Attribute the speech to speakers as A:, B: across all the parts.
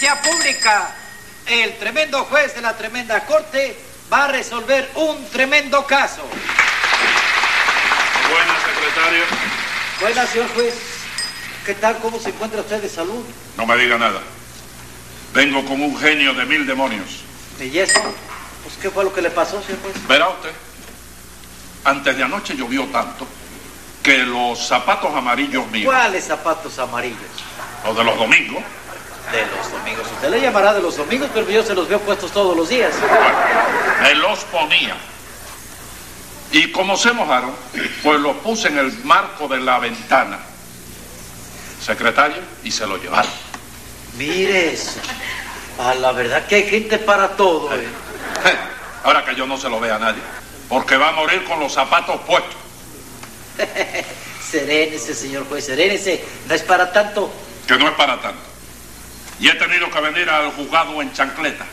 A: República. El tremendo juez de la tremenda corte va a resolver un tremendo caso.
B: Buenas, secretario.
A: Buenas, señor juez. ¿Qué tal? ¿Cómo se encuentra usted de salud?
B: No me diga nada. Vengo con un genio de mil demonios.
A: Belleza. Pues, ¿qué fue lo que le pasó, señor juez?
B: Verá usted, antes de anoche llovió tanto que los zapatos amarillos míos,
A: ¿Cuáles zapatos amarillos?
B: los de los domingos,
A: De los domingos. Usted le llamará de los domingos, pero yo se los veo puestos todos los días.
B: me los ponía. Y como se mojaron, pues los puse en el marco de la ventana. Secretario, y se lo llevaron.
A: Mire eso. A la verdad que hay gente para todo. ¿eh?
B: Ahora que yo no se lo vea a nadie, porque va a morir con los zapatos puestos.
A: Serénese, señor juez, serénese. No es para tanto.
B: que no es para tanto. Y he tenido que venir al juzgado en chancleta.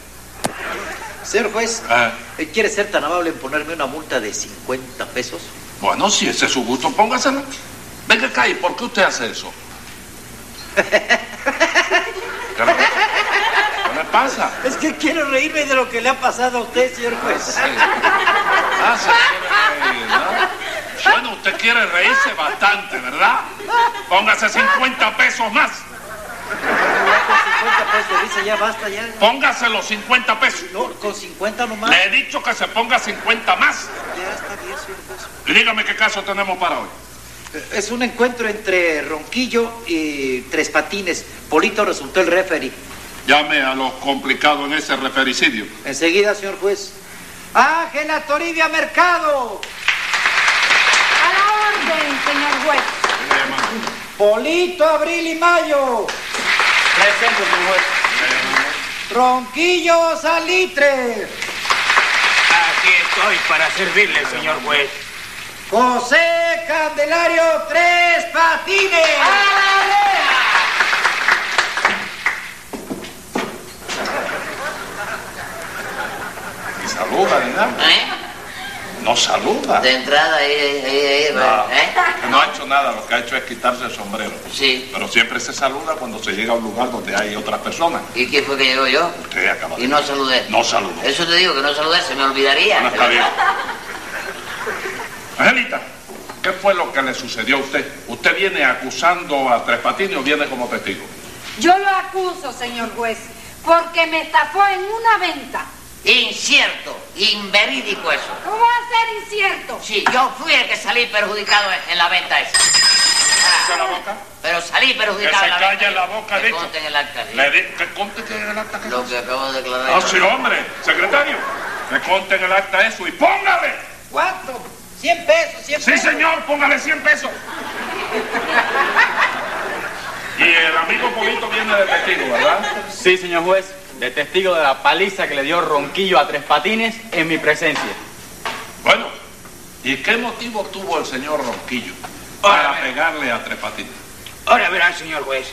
A: Señor juez,
B: Ah.
A: eh, ¿quiere ser tan amable en ponerme una multa de 50 pesos?
B: Bueno, si ese es su gusto, póngasela. Venga acá, ¿y por qué usted hace eso? ¿Qué le, ¿Qué le pasa?
A: Es que quiero reírme de lo que le ha pasado a usted, señor juez.
B: Sí. Ah, se quiere reír, ¿no? Bueno, usted quiere reírse bastante, ¿verdad? Póngase 50 pesos más.
A: 50 pesos, dice, ya basta, ya.
B: Póngase los 50 pesos.
A: No, con 50 nomás.
B: Le he dicho que se ponga 50 más.
A: Ya está bien, señor juez.
B: Y dígame qué caso tenemos para hoy.
A: Eh, Es un encuentro entre Ronquillo y Tres Patines. Polito resultó el referee.
B: Llame a los complicados en ese refericidio.
A: Enseguida, señor juez. Ángela Toribia Mercado,
C: A la orden, señor juez.
A: Polito Abril y Mayo,
D: Presente, señor juez.
A: Ronquillo Salitre,
D: Aquí estoy para servirle, señor juez.
A: José Candelario Tres Patines.
B: Y saluda, ¿verdad?
E: ¿Eh?
B: No saluda.
E: De entrada ahí, ahí, ahí,
B: No,
E: ¿eh?
B: no ha hecho nada, lo que ha hecho es quitarse el sombrero.
E: Sí.
B: Pero siempre se saluda cuando se llega a un lugar donde hay otras personas.
E: ¿Y quién fue que llegó yo?
B: Usted acaba de...
E: Y no saludé.
B: No saludó.
E: Eso te digo, que no saludé, se me olvidaría.
B: Bueno, está bien. Angelita, ¿qué fue lo que le sucedió a usted? ¿Usted viene acusando a Tres Patines o viene como testigo?
C: Yo lo acuso, señor juez, porque me estafó en una venta.
E: Incierto, inverídico eso.
C: ¿Cómo va a ser incierto?
E: Sí, yo fui el que salí perjudicado en, en la venta esa.
B: ¿Calla la boca?
E: Pero salí
B: Que se
E: perjudicado en la venta.
B: calle la boca,
E: Que
B: dicho.
E: conste en el acta.
B: Le di- Que conte que en el acta que...
E: Lo que acabo de declarar.
B: Ah,
E: yo.
B: sí, hombre. Secretario, que conte en el acta eso y póngale.
A: ¿Cuánto? 100 pesos, 100
B: Sí, señor, póngale 100 pesos. Y el amigo Polito viene de testigo, ¿verdad?
D: Sí, señor juez. De testigo de la paliza que le dio Ronquillo a Tres Patines en mi presencia.
B: Bueno, ¿y qué motivo tuvo el señor Ronquillo para pegarle a Tres Patines?
F: Ahora verán, señor juez.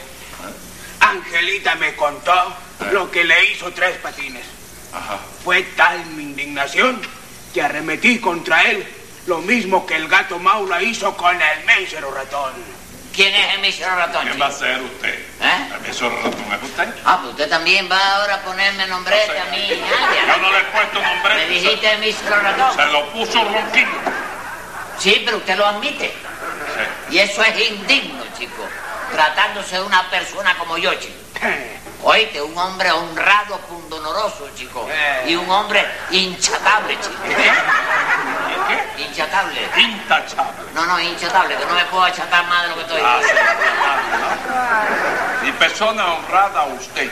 F: Angelita me contó lo que le hizo Tres Patines.
B: Ajá.
F: Fue tal mi indignación que arremetí contra él lo mismo que el gato Maula hizo con el mísero ratón.
E: ¿Quién es el mísero ratón?
B: ¿Quién
E: chico?
B: va a ser usted?
E: ¿Eh?
B: ¿El mismo ratón es usted?
E: Ah, pues usted también va ahora a ponerme nombrete a mí.
B: Yo
E: Nadia.
B: no le he puesto nombre.
E: Me
B: se,
E: dijiste el mísero ratón.
B: se lo puso Ronquillo.
E: Sí, pero usted lo admite.
B: Sí.
E: Y eso es indigno, chico. Tratándose de una persona como yo, chico. Oíste, un hombre honrado, pundonoroso, chico.
F: Eh.
E: Y un hombre inchatable, chico. Inchatable.
B: ¿Eh? Intachable.
E: No, no, inchatable, que no me puedo achatar más de lo que estoy.
B: Ah, sí, intachable, ¿no? Y persona honrada usted.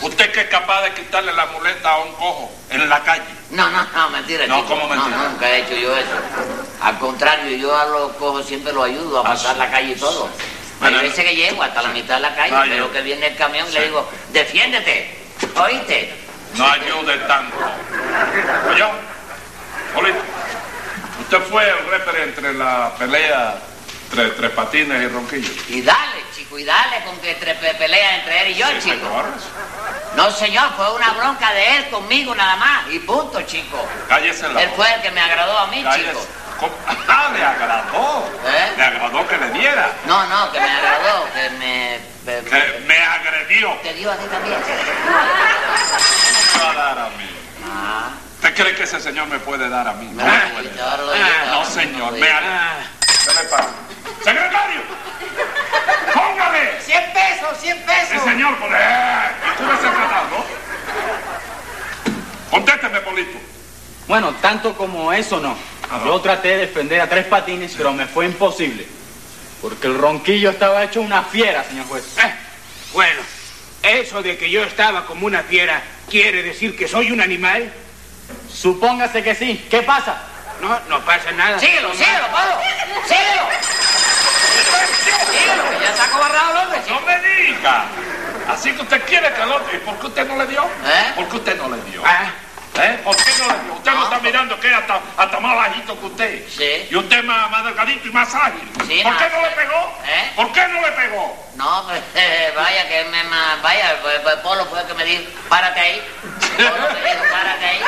B: Usted que es capaz de quitarle la muleta a un cojo en la calle.
E: No, no, no, mentira,
B: No,
E: chico.
B: ¿cómo mentira?
E: No, nunca he hecho yo eso. Al contrario, yo a los cojos siempre los ayudo a
B: Ah,
E: pasar
B: sí.
E: la calle y todo. Hay
B: Bueno, no.
E: veces que llego hasta la mitad de la calle,
B: Ah,
E: pero
B: ya.
E: que viene el camión y
B: Sí.
E: le digo, defiéndete. ¿Oíste?
B: No ayude tanto. ¿Oyó? Polito, usted fue el referee entre la pelea entre Tres Patines y Ronquillo.
E: Y dale, chico, y dale con que tre- pe- pelea entre él y yo,
B: Sí,
E: chico.
B: señor.
E: No, señor, fue una bronca de él conmigo nada más. Y punto, chico.
B: Cállese la
E: Él
B: boca.
E: fue el que me agradó a mí,
B: Cállese.
E: chico.
B: ¿Cómo? Ah, le agradó.
E: ¿Eh?
B: Le agradó que le diera.
E: No, no, que me agradó, que me Pero-
B: que me agredió.
E: Te dio a ti también.
B: Me va a dar a mí.
E: Ah,
B: ¿Usted cree que ese señor me puede dar a mí? No,
E: me
B: me
E: lo
B: puede.
E: dijiste, ahora lo
B: Ah,
E: dijiste,
B: no,
E: ahora
B: señor,
E: lo
B: me
E: dijiste.
B: agredió. ¿Qué le pasa? ¡Secretario! ¡Póngale!
A: 100 pesos, 100
B: Sí,
A: pesos.
B: señor, por... ¡Eh! ¿Tú me has tratado? Contésteme, Polito.
D: Bueno, tanto como eso Ah, no.
B: Ajá.
D: Yo traté de defender a tres patines, pero me fue imposible. Porque el ronquillo estaba hecho una fiera, señor juez.
F: Eh, bueno, eso de que yo estaba como una fiera, ¿quiere decir que soy un animal?
D: Supóngase que sí. ¿Qué pasa?
F: No, no pasa nada.
E: Síguelo, síguelo, Pablo. Síguelo. Síguelo, que ya está acobarrado el hombre. sí.
B: ¡No me diga! Así que usted quiere que el otro... ¿Y por qué usted no le dio?
E: ¿Eh?
B: ¿Por qué usted no le dio?
F: Ah,
B: ¿Eh? ¿Por qué no le dio? Usted no
E: Ah.
B: está mirando que es hasta, hasta más bajito que usted.
E: Sí.
B: Y usted más, más delgadito y más ágil.
E: Sí,
B: ¿Por
E: no.
B: qué no le pegó?
E: ¿Eh?
B: ¿Por qué no le pegó?
E: No, pues, eh, vaya que me ma- vaya, pues, pues, Polo fue el que me dijo, párate ahí. Polo me dijo, párate ahí.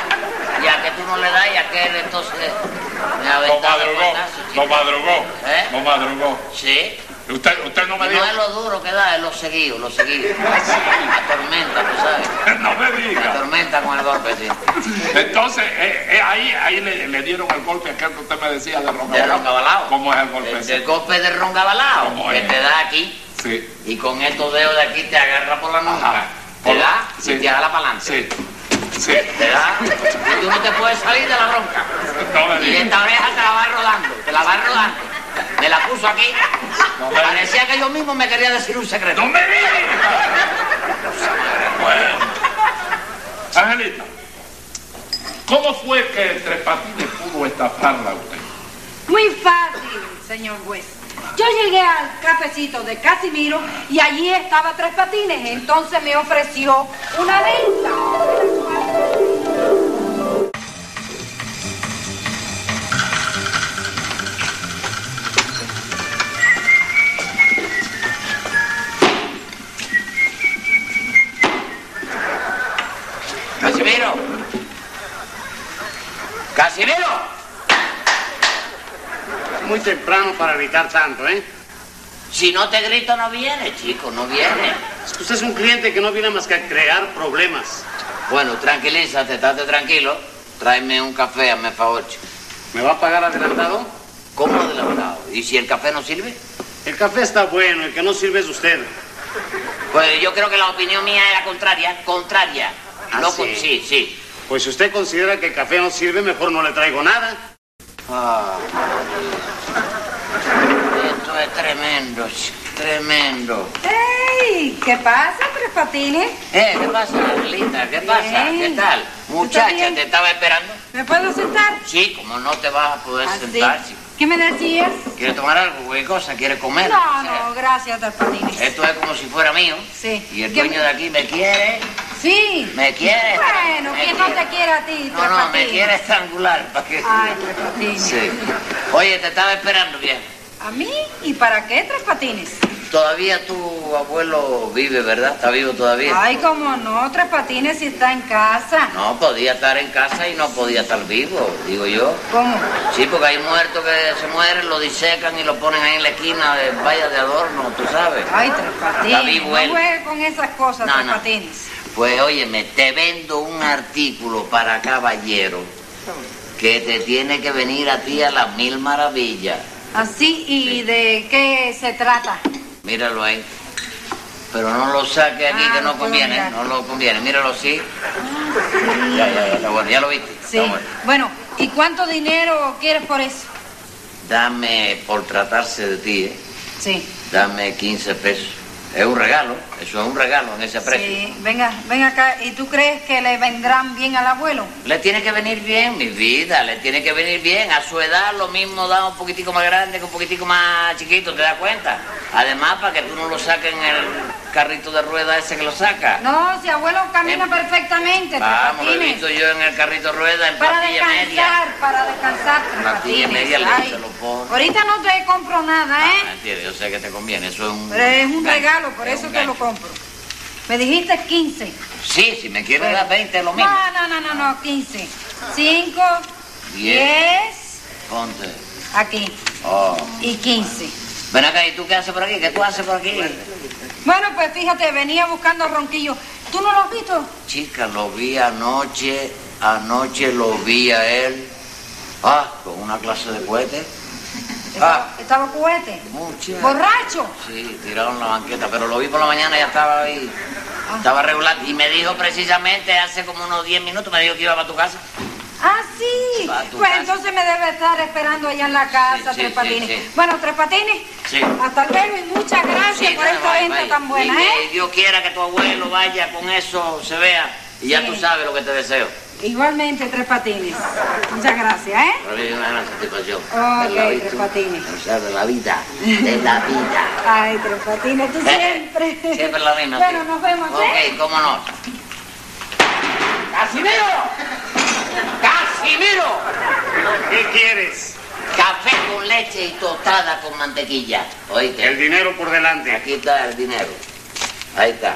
E: Ya que tú no le das, ya que él entonces me ha
B: Lo
E: aventado el
B: madrugó.
E: guantazo, chico.
B: Lo madrugó.
E: ¿Eh?
B: Lo madrugó.
E: Sí.
B: Usted, usted no
E: Y
B: me
E: no
B: dijo...
E: es lo duro que da, es lo seguido, lo seguido. La tormenta, tú sabes.
B: No me
E: La
B: diga.
E: tormenta con el golpe, sí.
B: Entonces, eh, eh, ahí, ahí le, le dieron el golpe aquel que usted me decía de
E: De
B: Roncabalao.
E: roncabalao.
B: ¿Cómo es el golpe?
E: El,
B: ese?
E: del golpe de roncabalao,
B: ¿Cómo
E: que
B: es?
E: te da aquí.
B: Sí.
E: Y con estos dedos de aquí te agarra por la nuca.
B: Ajá.
E: Te da y
B: Sí.
E: te jala para adelante.
B: Sí. Sí.
E: Te da y tú no te puedes salir de la bronca.
B: No me
E: Y
B: diga.
E: esta oreja te la va rodando, te la va rodando. Me la puso aquí. Parecía que yo mismo me quería decir un secreto.
B: ¡No me diga! Bueno. Angelita, ¿cómo fue que el Tres Patines pudo estafarla a usted?
C: Muy fácil, señor juez. Yo llegué al cafecito de Casimiro y allí estaba Tres Patines. Entonces me ofreció una venta.
E: Casimiro. Casimiro.
G: Muy temprano para gritar tanto, ¿eh?
E: Si no te grito no viene, chico, no viene.
G: Es que usted es un cliente que no viene más que a crear problemas.
E: Bueno, tranquilízate, estate tranquilo. Tráeme un café, hazme favor. chico.
G: ¿Me va a pagar adelantado?
E: ¿Cómo adelantado? ¿Y si el café no sirve?
G: El café está bueno, el que no sirve es usted.
E: Pues yo creo que la opinión mía era contraria, contraria.
G: Ah,
E: No,
G: sí.
E: con- sí, sí.
G: Pues si usted considera que el café no sirve, mejor no le traigo nada.
E: Esto es tremendo, ch- tremendo.
C: ¡Ey! ¿Qué pasa, Tres Patines?
E: Eh, ¿qué pasa, Angelita? ¿Qué pasa?
C: Bien.
E: ¿Qué tal?
C: ¿Tú estás
E: Muchacha,
C: bien?
E: ¿te estaba esperando?
C: ¿Me puedo sentar?
E: Sí, como no te vas a poder
C: Así.
E: sentar. chico.
C: ¿Qué me decías?
E: ¿Quieres tomar algo? ¿Qué cosa? ¿Quieres comer?
C: No,
E: O sea,
C: no, gracias, Tres Patines.
E: Esto es como si fuera mío.
C: Sí.
E: Y el
C: ¿Qué
E: dueño
C: me-
E: de aquí me quiere,
C: Sí.
E: me quiere.
C: Bueno,
E: me
C: que no
E: quiere.
C: te quiera a ti,
E: No,
C: Tres
E: no, me
C: Patines.
E: quiere estrangular. ¿Para qué?
C: Ay, Tres Patines.
E: Sí. Oye, te estaba esperando bien.
C: ¿A mí? ¿Y para qué Tres Patines?
E: Todavía tu abuelo vive, ¿verdad? Está vivo todavía.
C: Ay, cómo no, Tres Patines si está en casa.
E: No, podía estar en casa y no podía estar vivo, digo yo.
C: ¿Cómo?
E: Sí, porque hay muertos que se mueren, lo disecan y lo ponen ahí en la esquina de valla de adorno, tú sabes.
C: Ay, Tres Patines.
E: Está vivo
C: no
E: él.
C: juegues con esas cosas,
E: No,
C: Tres
E: no.
C: Patines.
E: Pues óyeme, te vendo un artículo para caballero que te tiene que venir a ti a las mil maravillas.
C: Así, ¿y de qué se trata?
E: Míralo ahí. Pero no lo saque aquí
C: Ah,
E: que
C: no
E: no
C: puedo
E: conviene,
C: mirar. Ah.
E: no lo conviene. Míralo así. Ya, ya, ya, está bueno, ya lo viste. está
C: Sí.
E: bueno.
C: Bueno, ¿y cuánto dinero quieres por eso?
E: Dame por tratarse de ti, ¿eh?
C: Sí.
E: Dame 15 pesos. Es un regalo, eso es un regalo en ese precio.
C: Sí, venga, ven acá. ¿Y tú crees que le vendrán bien al abuelo?
E: Le tiene que venir bien, mi vida, le tiene que venir bien. A su edad lo mismo da un poquitico más grande que un poquitico más chiquito, ¿te das cuenta? Además, para que tú no lo saques en el carrito de rueda ese que lo saca.
C: No, si abuelo camina
E: Eh,
C: perfectamente, Tres
E: Vamos, lo he
C: Patines.
E: visto yo en el carrito de rueda en
C: Para
E: patilla media.
C: descansar, ¿eh? para descansar, Tres
E: Patilla
C: Patines.
E: media le-
C: Ay,
E: se lo pone.
C: ahorita no te compro nada,
E: Ah,
C: ¿eh?
E: entiende, yo sé que te conviene, eso es un...
C: Pero es un
E: gancho,
C: regalo, por
E: es
C: eso
E: un
C: te lo
E: gancho.
C: compro. Me dijiste 15.
E: Sí, si me quieres dar 20 es lo mismo.
C: No, no, no, no, no, 15. 5,
E: Diez.
C: 10,
E: Ponte.
C: aquí,
E: Oh.
C: y 15.
E: Ven acá, ¿y tú qué haces por aquí? ¿Qué tú haces por aquí?
C: Bueno, pues fíjate, venía buscando a Ronquillo. ¿Tú no lo has visto?
E: Chica, lo vi anoche, anoche lo vi a él. Ah, con una clase de cohete. Ah,
C: Estaba cohete.
E: mucha.
C: Borracho.
E: Sí, tiraron la banqueta, pero lo vi por la mañana, ya estaba ahí.
C: Ah.
E: Estaba regular. Y me dijo precisamente hace como unos 10 minutos, me dijo que iba para tu casa.
C: Ah, sí.
E: Va a tu
C: Pues
E: casa.
C: entonces me debe estar esperando allá en la casa,
E: Sí, sí,
C: Tres
E: sí,
C: Patines.
E: sí.
C: Bueno, Tres Patines.
E: Sí.
C: Hasta luego y muchas gracias
E: Sí,
C: por
E: nada,
C: esta
E: vaya,
C: venta
E: vaya.
C: tan buena,
E: Y que
C: ¿eh?
E: Dios quiera que tu abuelo vaya con eso, se vea. Y ya
C: Sí.
E: tú sabes lo que te deseo.
C: Igualmente, Tres Patines. Muchas gracias, ¿eh?
E: Para mí es una gran satisfacción.
C: Ok,
E: Verla, ¿viste?
C: Tres Patines.
E: O sea, de la vida, de la vida.
C: Ay, Tres Patines, tú siempre.
E: Siempre la misma.
C: Bueno,
E: sí.
C: nos vemos, ¿eh?
E: Ok, cómo no.
H: ¡Casimiro! ¡Casimiro!
G: ¿Qué quieres?
E: Café con leche y tostada con mantequilla. Oíste.
G: El dinero por delante.
E: Aquí está el dinero. Ahí está.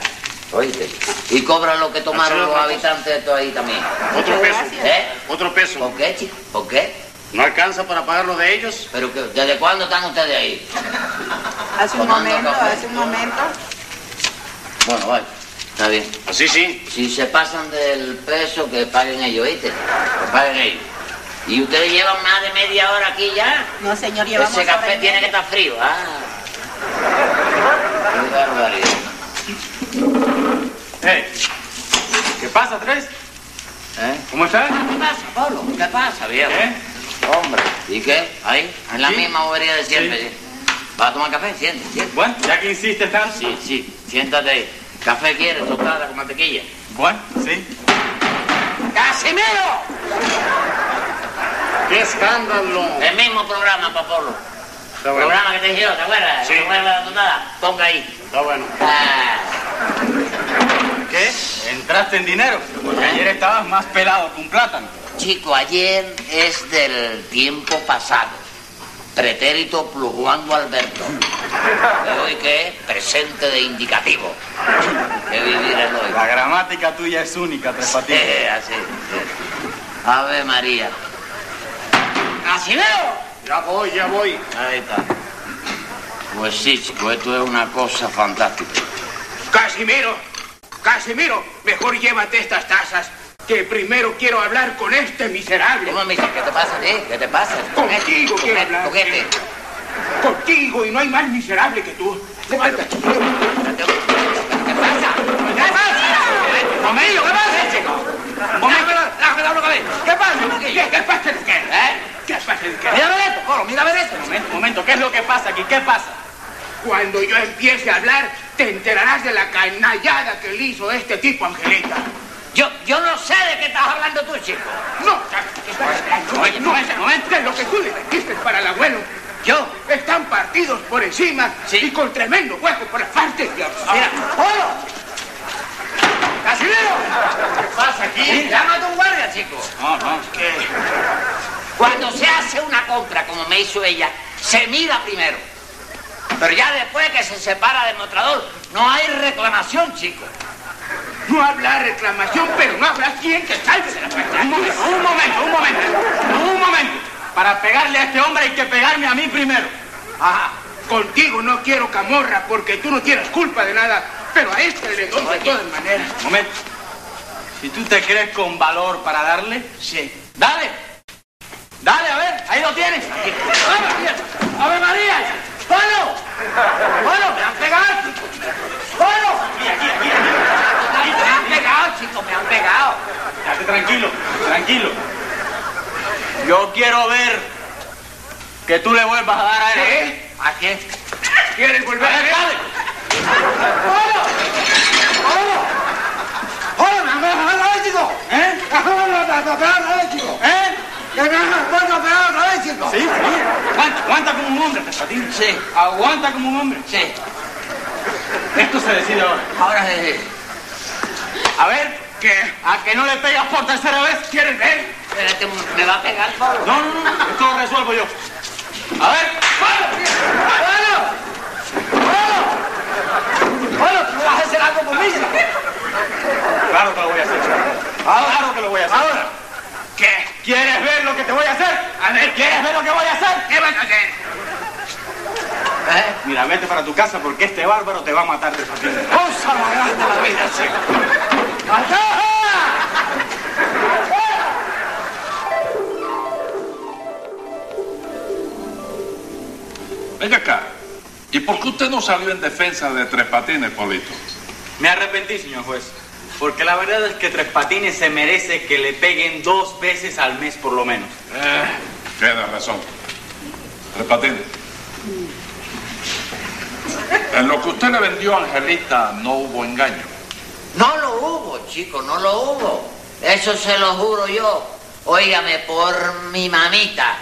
E: Oíste. Y cobra lo que tomaron los
G: Hacemos otra
E: habitantes de esto ahí también.
G: Otro peso.
E: ¿Eh?
G: Otro peso.
E: ¿Por qué, chico? ¿Por qué?
G: ¿No alcanza para pagar lo de ellos?
E: ¿Pero que, desde cuándo están ustedes ahí?
I: Hace un
E: Tomando
I: momento,
E: café.
I: hace un momento.
E: Bueno, vale. Está bien.
G: Así sí.
E: Si se pasan del peso, que paguen ellos, ¿oíste? Que paguen ellos. Y ustedes llevan más de media hora aquí ya.
I: No, señor, llevamos
E: Ese
I: hora
E: café
I: y
E: tiene que
I: media.
E: estar frío. Ah. Qué barbaridad.
D: Hey, ¿Qué pasa, Tres?
E: ¿Eh?
D: ¿Cómo estás?
E: ¿Qué pasa, Pablo? ¿Qué pasa, viejo?
D: ¿Eh?
E: Hombre. ¿Y qué? Ahí, en la
D: Sí.
E: misma bobería de siempre.
D: Sí.
E: ¿sí? ¿Vas a tomar café? Siente, siente.
D: Bueno, ya que insistes tanto.
E: Sí, sí, siéntate ahí. ¿Café quieres? ¿Tostada con mantequilla?
D: Bueno, sí.
H: ¡Casimiro!
G: ¡Qué escándalo!
E: El mismo programa, Papolo.
G: Está bueno.
E: Programa que te dijeron, ¿te acuerdas?
G: Sí.
E: ¿Te acuerdas de la tostada? Ponga ahí.
G: Está bueno.
E: Ah,
D: ¿Qué? ¿Entraste en dinero? Porque ayer estabas más pelado que un plátano.
E: chico, ayer es del tiempo pasado. Pretérito pluguando Alberto. ¿Y hoy qué es? Presente de indicativo. Que vivir el hoy.
D: La gramática tuya es única, Tres Patines.
E: Eh, así. sí. Ave María.
H: ¡Casimiro!
G: Ya voy, ya voy.
E: Ahí está. Pues sí, chico, esto es una cosa fantástica.
F: Casimiro, Casimiro, mejor llévate estas tazas, que primero quiero hablar con este miserable.
E: ¿Cómo me dice? ¿Qué te pasa, eh? ¿Qué te pasa?
F: Contigo
E: Coquete,
D: este,
F: quiero hablar.
E: coquete.
F: Contigo y no hay más miserable que tú. Levántate.
E: ¿Qué pasa?
F: ¿Qué pasa? Comello, ¿qué pasa, chico? Comello, dámelo, la cabeza. ¿Qué pasa? ¿Qué, qué pasa? ¿Qué? ¿Eh? ¿Qué pasa? ¿Qué?
H: ¡Mira ver esto, Pablo! ¡Mira ver esto!
D: Momento, momento, ¿qué es lo que pasa aquí? ¿Qué pasa?
F: Cuando yo empiece a hablar, te enterarás de la canallada que le hizo este tipo, Angelita.
E: Yo, yo no sé de qué estás hablando tú, chico.
F: No, estás hablando, oye, no es el momento de lo que tú le metiste para el abuelo.
E: Yo.
F: Están partidos por encima
E: Sí.
F: y con tremendo hueco por las partes.
E: Mira,
H: ¡Pablo! ¡Casimiro!
E: ¿qué pasa aquí? Llámate a un guardia, chico.
D: No, no.
E: Cuando se hace una compra, como me hizo ella, se mira primero. Pero ya después que se separa del mostrador, no hay reclamación, chico.
F: No habrá reclamación, pero no habrá quien te salve de la cuenta.
D: Un momento, un momento, un momento. Un momento. Para pegarle a este hombre hay que pegarme a mí primero.
F: Ajá. Contigo no quiero camorra porque tú no tienes culpa de nada, pero a este le doy de
E: Oye.
F: todas maneras.
D: Momento. Si tú te crees con valor para darle, sí. Dale. Dale, a ver, ahí lo tienes.
H: ¡Ave María! ¡Pablo! ¡Pablo, me han pegado, chico! ¡Pablo! ¡Me han pegado, chico! ¡Me han pegado!
D: Date tranquilo, tranquilo. Yo quiero ver que tú le vuelvas a dar a él.
F: ¿Eh?
H: ¿A qué?
F: ¿Quieres volver a ver?
H: ¡Pablo! ¡Pablo! ¡Pablo, me han pegado otra vez, chico!
D: ¿Eh?
H: ¡Me han pegado otra vez, chico!
D: ¿Eh?
H: ¡Que me han vuelto a pegar otra vez, chico!
D: Sí, sí. Aguanta, aguanta como un hombre, Tres Patines.
E: Sí,
D: Aguanta como un hombre.
E: sí.
D: Esto se decide ahora.
E: Ahora eh, sí.
D: A ver,
F: ¿Qué?
D: a que no le pegas por tercera vez.
F: ¿Quieres ver?
E: Espérate, me va a pegar, Pablo.
D: No, no, no, no, esto lo resuelvo yo. A ver,
H: ¡Pablo, tú vas a hacer algo conmigo, chico!
D: claro que lo voy a hacer. Claro que lo voy a hacer.
F: Ahora. ¿Qué?
D: ¿Quieres ver lo que te voy a hacer?
F: A ver, ¿qué?
D: ¿Quieres ver lo que voy a hacer?
F: ¿Qué vas a hacer?
E: ¿Eh?
D: Mira, vete para tu casa porque este bárbaro te va a matar, Tres Patines.
H: Cosa más grande de la vida, chico. ¡Ataja!
B: Venga acá. ¿Y por qué usted no salió en defensa de Tres Patines, Polito?
D: Me arrepentí, señor juez. Porque la verdad es que Tres Patines se merece que le peguen dos veces al mes por lo menos.
B: Tiene razón. Tres Patines. En lo que usted le vendió a Angelita no hubo engaño.
E: No lo hubo, chico, no lo hubo. Eso se lo juro yo. Óigame, por mi mamita,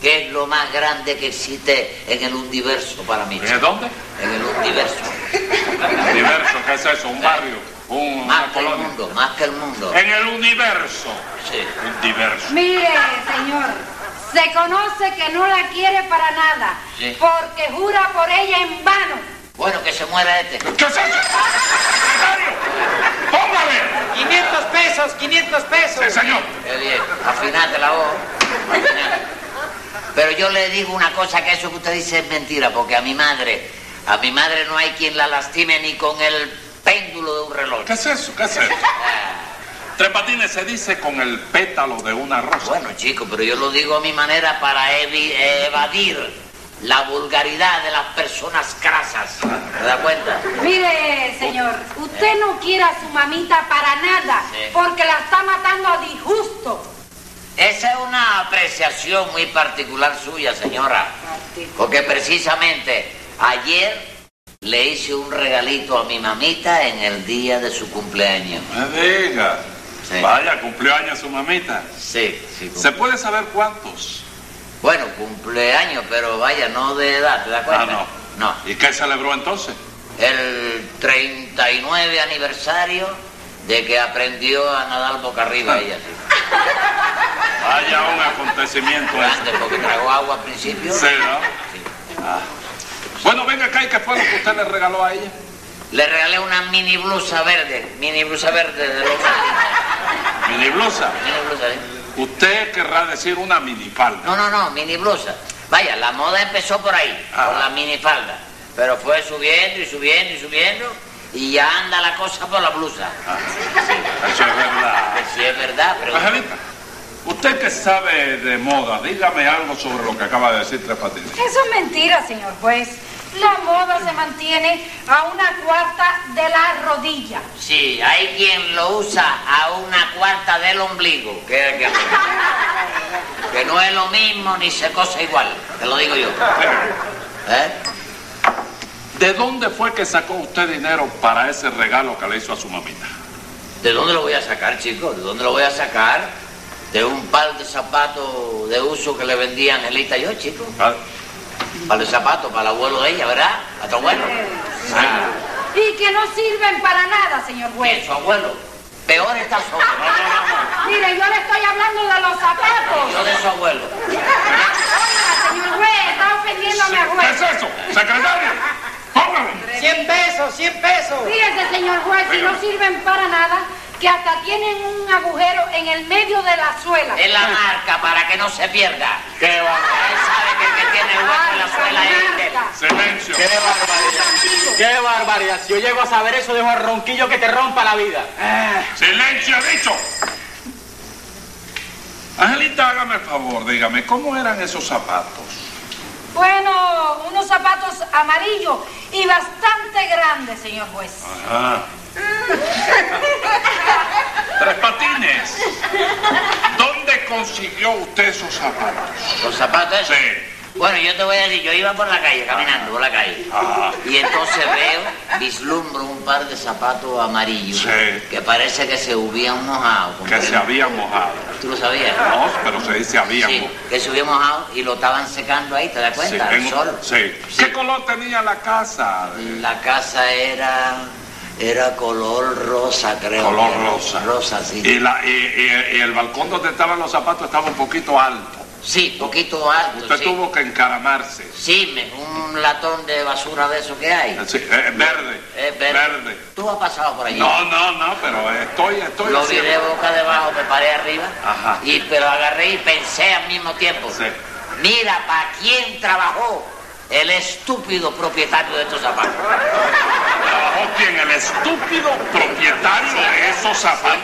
E: que es lo más grande que existe en el universo para mí.
B: ¿De
E: chico.
B: dónde?
E: En el universo.
B: Universo, ¿qué es eso? ¿Un barrio? ¿Un-
E: Más
B: ¿Una
E: que el
B: colonia?
E: mundo, más que el mundo.
B: En el universo.
E: Sí.
B: Universo.
C: Mire, señor, se conoce que no la quiere para nada,
E: Sí.
C: porque jura por ella en vano.
E: Bueno, que se muera este.
B: ¿Qué es eso? ¡Secretario! ¡Póngale!
H: 500 pesos, 500 pesos.
B: Sí, señor.
E: Qué bien, afinate la voz. afinate. Pero yo le digo una cosa, que eso que usted dice es mentira, porque a mi madre, a mi madre no hay quien la lastime ni con el péndulo de un reloj. Ah,
B: ¿Qué es eso? ¿Qué es eso? Tres Patines se dice con el pétalo de una rosa.
E: Bueno, chico, pero yo lo digo a mi manera para evi- evadir la vulgaridad de las personas crasas. ¿Te das cuenta?
C: Mire, señor, usted no quiere a su mamita para nada,
E: Sí.
C: porque la está matando a disgusto.
E: Esa es una apreciación muy particular suya, señora. Porque precisamente ayer le hice un regalito a mi mamita en el día de su cumpleaños.
B: Me diga.
E: Sí.
B: Vaya, cumplió años su mamita.
E: Sí, sí. cum-
B: ¿Se puede saber cuántos?
E: Bueno, cumpleaños, pero vaya, no de edad, ¿te das
B: Ah,
E: cuenta?
B: no.
E: No.
B: ¿Y qué celebró entonces?
E: El 39 aniversario de que aprendió a nadar boca arriba ella. sí.
B: Vaya un acontecimiento ese.
E: Grande, porque tragó agua al principio.
B: Sí, ¿no? Ah. Bueno, venga acá, ¿y qué fue lo que usted le regaló a ella?
E: Le regalé una mini blusa verde, mini blusa verde de los
B: Mini blusa.
E: mini blusa, ¿eh?
B: Usted querrá decir una minifalda.
E: No, no, no, mini blusa. Vaya, la moda empezó por ahí,
B: Ah.
E: por la minifalda. Pero fue subiendo y subiendo y subiendo y ya anda la cosa por la blusa.
B: Eso es verdad.
E: Que sí es verdad, pero...
B: Angelita, usted que sabe de moda, dígame algo sobre lo que acaba de decir Tres Patines.
C: Eso es mentira, señor juez. La moda se mantiene a una cuarta de la rodilla.
E: Sí, hay quien lo usa a una cuarta del ombligo, que, que- que no es lo mismo ni se cosa igual, te lo digo yo. ¿Eh?
B: ¿De dónde fue que sacó usted dinero para ese regalo que le hizo a su mamita?
E: ¿De dónde lo voy a sacar, chicos? ¿De dónde lo voy a sacar? De un par de zapatos de uso que le vendía Angelita y yo, chicos.
B: Ah,
E: Para el zapato, para el abuelo de ella, ¿verdad? A tu abuelo. Ah,
C: Y que no sirven para nada, señor
E: pues,
C: juez.
E: su abuelo. Peor está su abuelo.
C: Mire, yo le estoy hablando de los zapatos.
E: ¿eh? Yo de su abuelo.
C: Oiga, señor juez, está ofendiendo a mi
B: ¿Qué es
C: juez.
B: eso? ¡Secretario! ¡Póngalo!
H: 100 pesos, 100 pesos.
C: Fíjese, señor juez, si no sirven para nada, que hasta tienen un agujero en el medio de la suela.
E: Es la marca para que no se pierda.
B: ¡Qué barbaridad!
E: Él sabe que el que tiene hueco en la este. suela es el que-
B: ¡Silencio!
D: ¡Qué barbaridad! ¡Qué barbaridad! Si yo llego a saber eso, dejo al ronquillo que te rompa la vida.
B: ¡Silencio, he dicho! Angelita, hágame el favor, dígame, ¿cómo eran esos zapatos?
C: Bueno, unos zapatos amarillos y bastante grandes, señor juez.
E: Eh.
B: Ajá. Tres patines. ¿Dónde consiguió usted esos zapatos?
E: Los zapatos esos.
B: Sí.
E: Bueno, yo te voy a decir, yo iba por la calle, caminando por la calle.
B: Ajá.
E: Y entonces veo, vislumbro un par de zapatos amarillos.
B: Sí.
E: Que parece que se hubieran mojado.
B: Que se
E: comprendo.
B: habían mojado.
E: ¿Tú lo sabías?
B: No, pero se dice habían
E: Sí,
B: mojado.
E: que se hubieran mojado y lo estaban secando ahí, ¿te das
B: Sí,
E: cuenta? Al
B: en-
E: sol.
B: sí.
E: Sí.
B: ¿Qué color tenía la casa?
E: La casa era... Era color rosa, creo. que
B: Color
E: era.
B: rosa.
E: Rosa, sí.
B: Y, la- y- y- y el balcón donde estaban los zapatos estaba un poquito alto.
E: Sí, poquito alto,
B: Usted
E: Pues sí.
B: tuvo que encaramarse.
E: Sí, me- un latón de basura de eso que hay.
B: Sí, eh, verde.
E: Es verde.
B: Verde.
E: Tú has pasado por allí.
B: No, no, no, pero estoy, estoy
E: Lo
B: haciendo-
E: viré boca debajo, me paré arriba,
B: Ajá.
E: y pero agarré y pensé al mismo tiempo.
B: Sí.
E: Mira, ¿para quién trabajó el estúpido propietario de estos zapatos.
B: ¿Trabajó quién? El estúpido propietario de esos zapatos.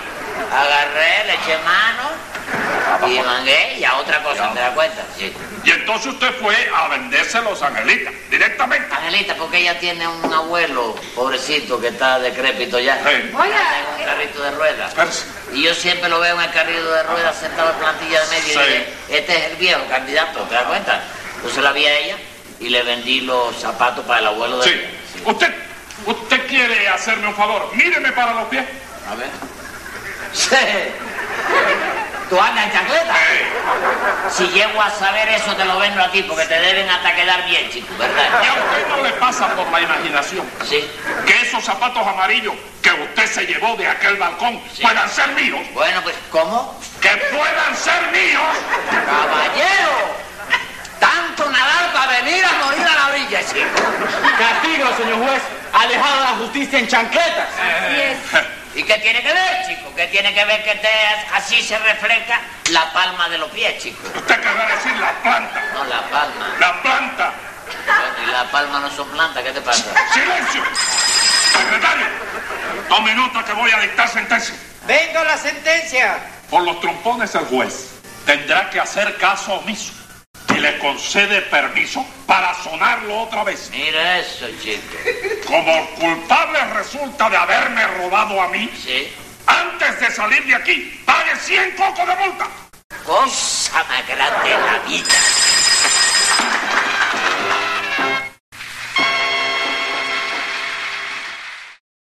E: Agarré, le eché mano y mangué y a otra cosa, ¿te das cuenta? Sí.
B: Y entonces usted fue a vendérselos a Angelita, directamente.
E: Angelita, porque ella tiene un abuelo, pobrecito, que está decrépito ya.
B: Sí.
C: Oiga,
E: En un
C: eh,
E: carrito de ruedas.
B: Espérese.
E: Y yo siempre lo veo en el carrito de ruedas sentado en plantilla de medio.
B: Sí.
E: Y dije, este es el viejo candidato, ¿te das cuenta? Yo se la vi a ella y le vendí los zapatos para el abuelo de
B: Sí.
E: ella. Sí.
B: Usted, usted quiere hacerme un favor. Míreme para los pies.
E: A ver. Sí. ¿Tú andas en chancleta? Si llego a saber eso, te lo vendo a ti, porque te deben hasta quedar bien, chico,
B: Y a
E: ¿verdad?
B: usted no le pasa por la imaginación
E: Sí.
B: que esos zapatos amarillos que usted se llevó de aquel balcón puedan ser míos.
E: Bueno, pues, ¿cómo?
B: Que puedan ser míos.
E: ¡Caballero! Tanto nadar para venir a morir a la orilla, chico.
D: Castigo, señor juez, alejado de la justicia en chancletas.
C: así es.
E: ¿Y qué tiene que ver, chico? ¿Qué tiene que ver que te, así se refleja la palma de los pies, chico?
B: Usted querrá decir la planta.
E: No, la palma.
B: La planta.
E: Bueno, y la palma no son plantas, ¿qué te pasa?
B: Silencio. Secretario, tome nota que voy a dictar sentencia.
A: Venga la sentencia.
B: Por los trompones el juez tendrá que hacer caso omiso y le concede permiso para sonarlo otra vez.
E: Mira eso, chico.
B: Como culpable resulta de haberme robado a mí,
E: Sí.
B: antes de salir de aquí, pague 100 cocos de multa.
E: Cosa más grande en la vida.